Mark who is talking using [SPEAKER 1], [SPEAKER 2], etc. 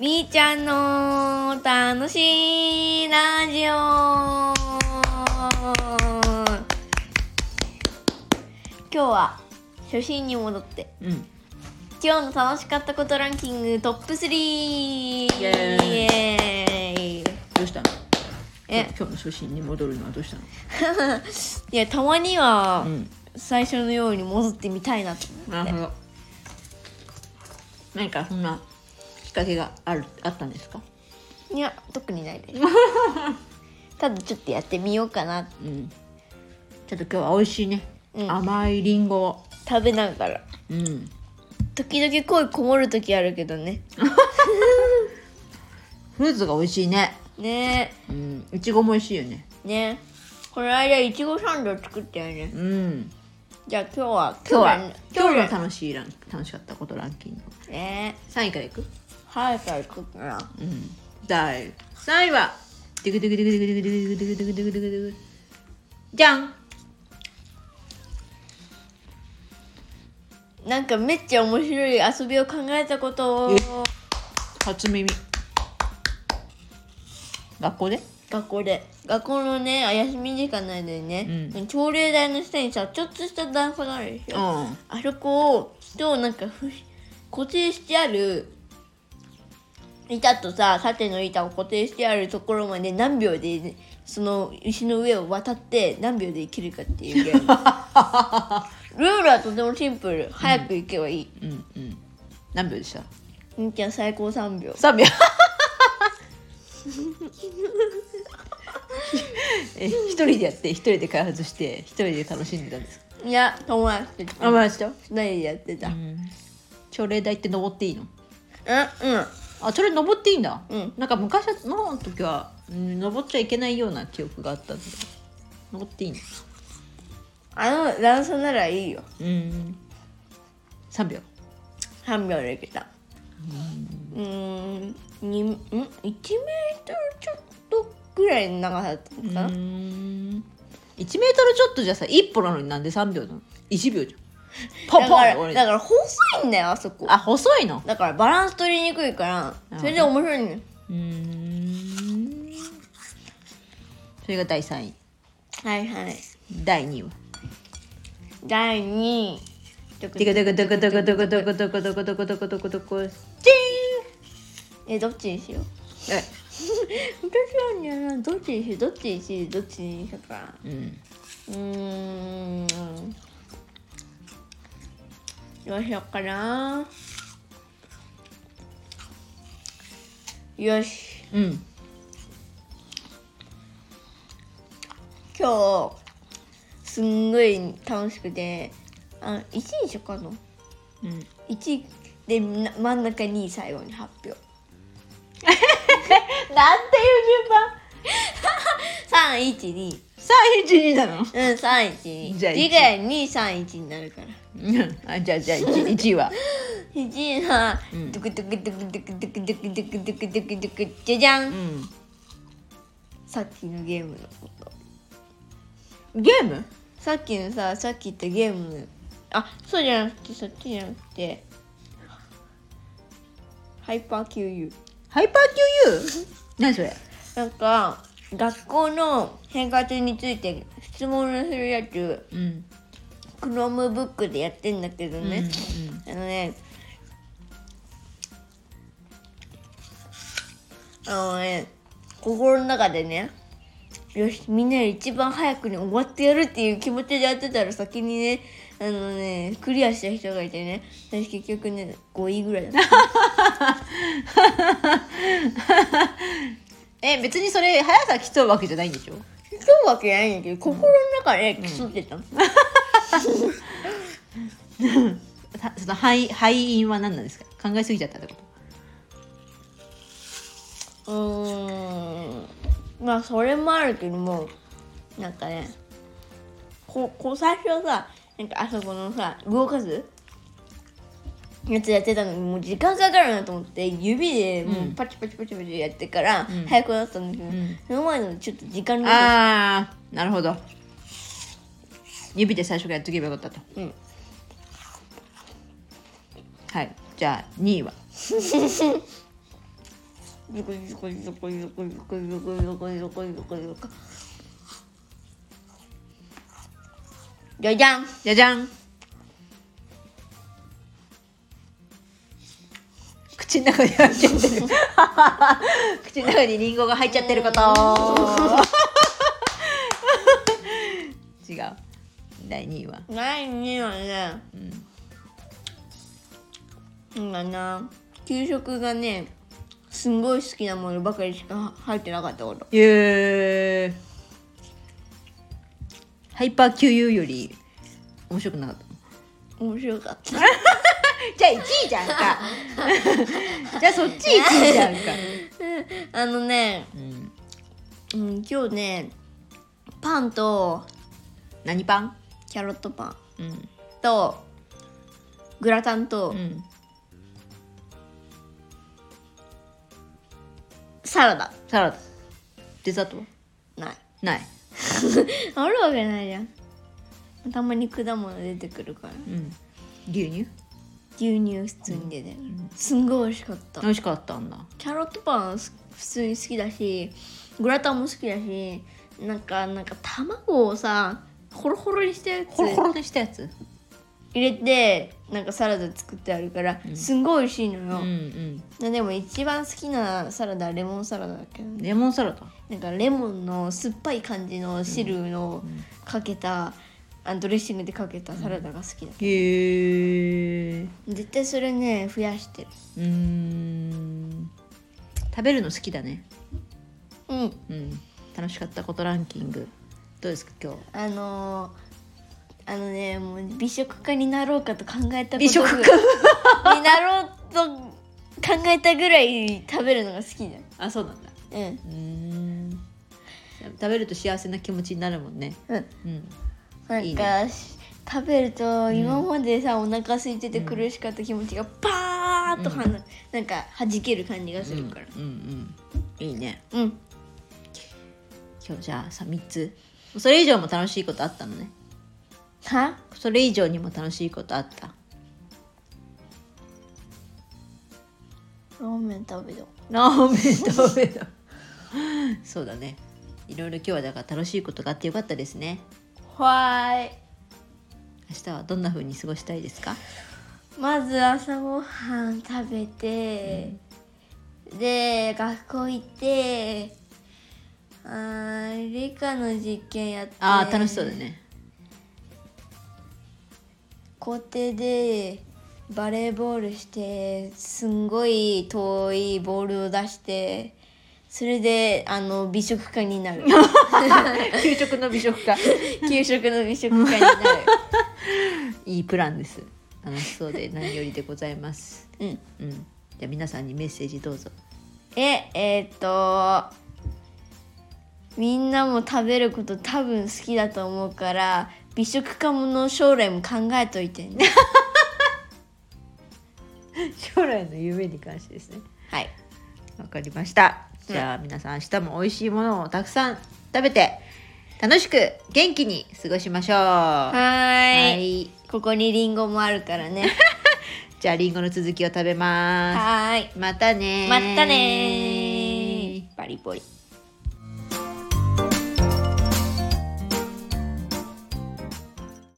[SPEAKER 1] みーちゃんの楽しいラジオ今日は初心に戻って
[SPEAKER 2] うん
[SPEAKER 1] 今日の楽しかったことランキングトップ3イ
[SPEAKER 2] イエーイ
[SPEAKER 1] エーイ
[SPEAKER 2] どうしたの
[SPEAKER 1] え
[SPEAKER 2] 今日の初心に戻るのはどうしたの
[SPEAKER 1] いやたまには
[SPEAKER 2] ん
[SPEAKER 1] 最初のように戻ってみたいなと思
[SPEAKER 2] な
[SPEAKER 1] っ
[SPEAKER 2] る
[SPEAKER 1] て
[SPEAKER 2] ほど何かそんなきっかけがあるあったんですか
[SPEAKER 1] いや特にない ですただちょっとやってみようかな
[SPEAKER 2] うんちょっと今日は美味しいね、
[SPEAKER 1] うん
[SPEAKER 2] 甘いりんごを
[SPEAKER 1] 食べながら
[SPEAKER 2] うん
[SPEAKER 1] 時々声こもる時あるけどね
[SPEAKER 2] フルーツが美味しいね
[SPEAKER 1] ね
[SPEAKER 2] うんいちごも美味しいよね
[SPEAKER 1] えねえこの間いちごサンド作ったよね
[SPEAKER 2] うん
[SPEAKER 1] じゃあ今日は
[SPEAKER 2] 今日は
[SPEAKER 1] 今
[SPEAKER 2] 今
[SPEAKER 1] 日
[SPEAKER 2] 日
[SPEAKER 1] は
[SPEAKER 2] の楽しいラン楽しかったことランキング
[SPEAKER 1] ね
[SPEAKER 2] 3位からいく
[SPEAKER 1] え早く行くから
[SPEAKER 2] うん第3位はドゥクドゥクドゥクドゥクドゥクドゥクドゥクドゥクドゥクドゥクじゃん
[SPEAKER 1] なんかめっちゃ面白い遊びを考えたことを
[SPEAKER 2] え初耳学校で
[SPEAKER 1] 学校で学校のね休み時間の間にね、
[SPEAKER 2] う
[SPEAKER 1] 朝礼台の下にさちょっとした段差があるでし
[SPEAKER 2] う
[SPEAKER 1] ょ、
[SPEAKER 2] ん
[SPEAKER 1] あそこをとなんかふ固定してある板とさ縦の板を固定してあるところまで何秒で、その石の上を渡って何秒で行けるかっていうゲームルールはとてもシンプル早く行けばいい、
[SPEAKER 2] うんうん何秒でした
[SPEAKER 1] みーちゃん最高3秒
[SPEAKER 2] 3秒 え一人でやって一人で開発して一人で楽しんでたんですか
[SPEAKER 1] いや友達と
[SPEAKER 2] マジで
[SPEAKER 1] 二人でやってたうん
[SPEAKER 2] 朝礼台って登っていいの
[SPEAKER 1] うん
[SPEAKER 2] あ朝礼登っていいんだ、
[SPEAKER 1] うん
[SPEAKER 2] なんか昔の時は、うん、登っちゃいけないような記憶があったんで登っていいの
[SPEAKER 1] あの段差ならいいよ
[SPEAKER 2] うん3秒
[SPEAKER 1] 3秒で行けたうーんにん1メートルちょっとぐらいの長さだったのかな、
[SPEAKER 2] うん1メートルちょっとじゃさ1歩なのになんで3秒なの1秒じゃんポン
[SPEAKER 1] だ
[SPEAKER 2] ポン
[SPEAKER 1] か
[SPEAKER 2] って終わ
[SPEAKER 1] ら
[SPEAKER 2] り
[SPEAKER 1] だから細いんだよあそこ
[SPEAKER 2] あ細いの
[SPEAKER 1] だからバランス取りにくいからそれで面白いね
[SPEAKER 2] うんそれが第3位
[SPEAKER 1] はいはい
[SPEAKER 2] 第2位は
[SPEAKER 1] 第2位
[SPEAKER 2] てかてかてかてかてかてかてかてかてかてかてかてか
[SPEAKER 1] えどっちにしよう
[SPEAKER 2] チーンえ
[SPEAKER 1] 私はねどっちにしようどっちにしようどっちにしようかな
[SPEAKER 2] うん
[SPEAKER 1] うーんどうしようかなよし
[SPEAKER 2] うん
[SPEAKER 1] 今日すんごい楽しくてあ1位にしようかな
[SPEAKER 2] うん
[SPEAKER 1] 1位でな真ん中に最後に発 表
[SPEAKER 2] なんていう 順番
[SPEAKER 1] 312
[SPEAKER 2] 3位1位な
[SPEAKER 1] う
[SPEAKER 2] の
[SPEAKER 1] ん312
[SPEAKER 2] じゃあ
[SPEAKER 1] 次回231になるから
[SPEAKER 2] うんあじゃあじゃあ 1, 1位は
[SPEAKER 1] 1位は
[SPEAKER 2] うん
[SPEAKER 1] ドゥクドゥクドゥクドゥクドゥクドゥクドゥクドゥクドゥクドゥクじゃじゃ
[SPEAKER 2] うんん
[SPEAKER 1] さっきのゲームのこと
[SPEAKER 2] ゲーム
[SPEAKER 1] さっきのささっき言ったゲームのあそうじゃなくてそっちじゃなくてハイパー QU
[SPEAKER 2] ハイパー QU? 何それ
[SPEAKER 1] なんか学校の生活について質問をするやつ
[SPEAKER 2] うん
[SPEAKER 1] クロームブックでやってんだけどね、あのねあのね心の中でねよしみんなより一番早くに終わってやるっていう気持ちでやってたら先にねあのねクリアした人がいてね私結局ね5位ぐらいだ った
[SPEAKER 2] え別にそれ速さ競うわけじゃないんでしょ
[SPEAKER 1] そうわけないんだけど心の中で競ってたの、
[SPEAKER 2] さその敗敗因は何なんですか考えすぎちゃったってこ
[SPEAKER 1] う
[SPEAKER 2] と
[SPEAKER 1] ーんまあそれもあるけどもなんかねここう最初はさなんかあそこのさ動かすやつやってたのにもう時間かかるなと思って指でもうパチパチパチパチやってから
[SPEAKER 2] ん
[SPEAKER 1] 早くなったんだけど、
[SPEAKER 2] ん
[SPEAKER 1] その前のちょっと時間が
[SPEAKER 2] あーなるほど指で最初からやっとけばよかったと
[SPEAKER 1] うん
[SPEAKER 2] はいじゃあ2位は
[SPEAKER 1] ゾコゾコゾコゾコゾコゾコゾコゾコゾコゾコじゃじゃん
[SPEAKER 2] じゃじゃん口の中に入っちゃってる 口の中にリンゴが入っちゃってること違う第2位は
[SPEAKER 1] 第2はね
[SPEAKER 2] うん
[SPEAKER 1] なんかな給食がねすんごい好きなものばかりしか入ってなかったこと
[SPEAKER 2] イエーイハイパー QU より面白くなかった
[SPEAKER 1] 面白かった
[SPEAKER 2] じゃあ1位じゃんか じゃあそっち1位じゃんか、
[SPEAKER 1] あのね、
[SPEAKER 2] うん、
[SPEAKER 1] うん、今日ねパンと
[SPEAKER 2] 何パン
[SPEAKER 1] キャロットパン
[SPEAKER 2] うん
[SPEAKER 1] とグラタンと
[SPEAKER 2] うん
[SPEAKER 1] サラダ
[SPEAKER 2] サラダデザートは
[SPEAKER 1] ない
[SPEAKER 2] ない、
[SPEAKER 1] あるわけないじゃんたまに果物出てくるから
[SPEAKER 2] うん、牛乳
[SPEAKER 1] 牛乳普通に出てくる、すんごい美味しかった
[SPEAKER 2] 美味しかったんだ
[SPEAKER 1] キャロットパンす普通に好きだしグラタンも好きだしなんかなんか卵をさホロホロにしたやつ
[SPEAKER 2] ホロホロにしたやつ
[SPEAKER 1] 入れてなんかサラダ作ってあるから、すんごい美味しいの
[SPEAKER 2] う
[SPEAKER 1] よ、
[SPEAKER 2] ん
[SPEAKER 1] なでも一番好きなサラダはレモンサラダだけど
[SPEAKER 2] うん
[SPEAKER 1] ね
[SPEAKER 2] レモンサラダ
[SPEAKER 1] なんかレモンの酸っぱい感じの汁をかけた、あドレッシングでかけたサラダが好きだ、
[SPEAKER 2] へえ
[SPEAKER 1] 絶対それね増やしてる
[SPEAKER 2] うん食べるの好きだね
[SPEAKER 1] うん
[SPEAKER 2] うん楽しかったことランキングどうですか今日
[SPEAKER 1] あのーあのねもう美食家になろうかと考えたこと
[SPEAKER 2] 美食家
[SPEAKER 1] になろうと考えたぐらい食べるのが好きだよ
[SPEAKER 2] あそうなんだ
[SPEAKER 1] うん
[SPEAKER 2] うん食べると幸せな気持ちになるもんね
[SPEAKER 1] うん
[SPEAKER 2] うん
[SPEAKER 1] なんか
[SPEAKER 2] いいね
[SPEAKER 1] し食べると今までさ、お腹空いてて苦しかった気持ちがパーッとはな,、なんか弾ける感じがするから
[SPEAKER 2] うんうんいいね
[SPEAKER 1] うん、
[SPEAKER 2] 今日じゃあさ3つそれ以上も楽しいことあったのね
[SPEAKER 1] は
[SPEAKER 2] それ以上にも楽しいことあった
[SPEAKER 1] ラーメン食べよ
[SPEAKER 2] ラーメン食べた そうだねいろいろ今日はだから楽しいことがあってよかったですね
[SPEAKER 1] うはーい
[SPEAKER 2] 明日はどんな風に過ごしたいですか
[SPEAKER 1] まず朝ごはん食べて、で学校行ってあー理科の実験やって
[SPEAKER 2] ああ、楽しそうだね
[SPEAKER 1] 校庭でバレーボールしてすんごい遠いボールを出してそれであの美食家に なる
[SPEAKER 2] 給食の美食家
[SPEAKER 1] 給食の美食家になる
[SPEAKER 2] いいプランです楽しそうで何よりでございます
[SPEAKER 1] うん
[SPEAKER 2] うんじゃあ皆さんにメッセージどうぞ
[SPEAKER 1] ええーっとみんなも食べること多分好きだと思うから美食家の将来も考えといてね
[SPEAKER 2] 将来の夢に関してですね
[SPEAKER 1] はい
[SPEAKER 2] わかりましたじゃあ皆さん明日も美味しいものをたくさん食べて楽しく元気に過ごしましょう
[SPEAKER 1] は
[SPEAKER 2] は
[SPEAKER 1] ーい
[SPEAKER 2] い
[SPEAKER 1] ここにリンゴもあるからね
[SPEAKER 2] じゃあリンゴの続きを食べま す
[SPEAKER 1] はーい
[SPEAKER 2] またねー
[SPEAKER 1] まったねーバリポリ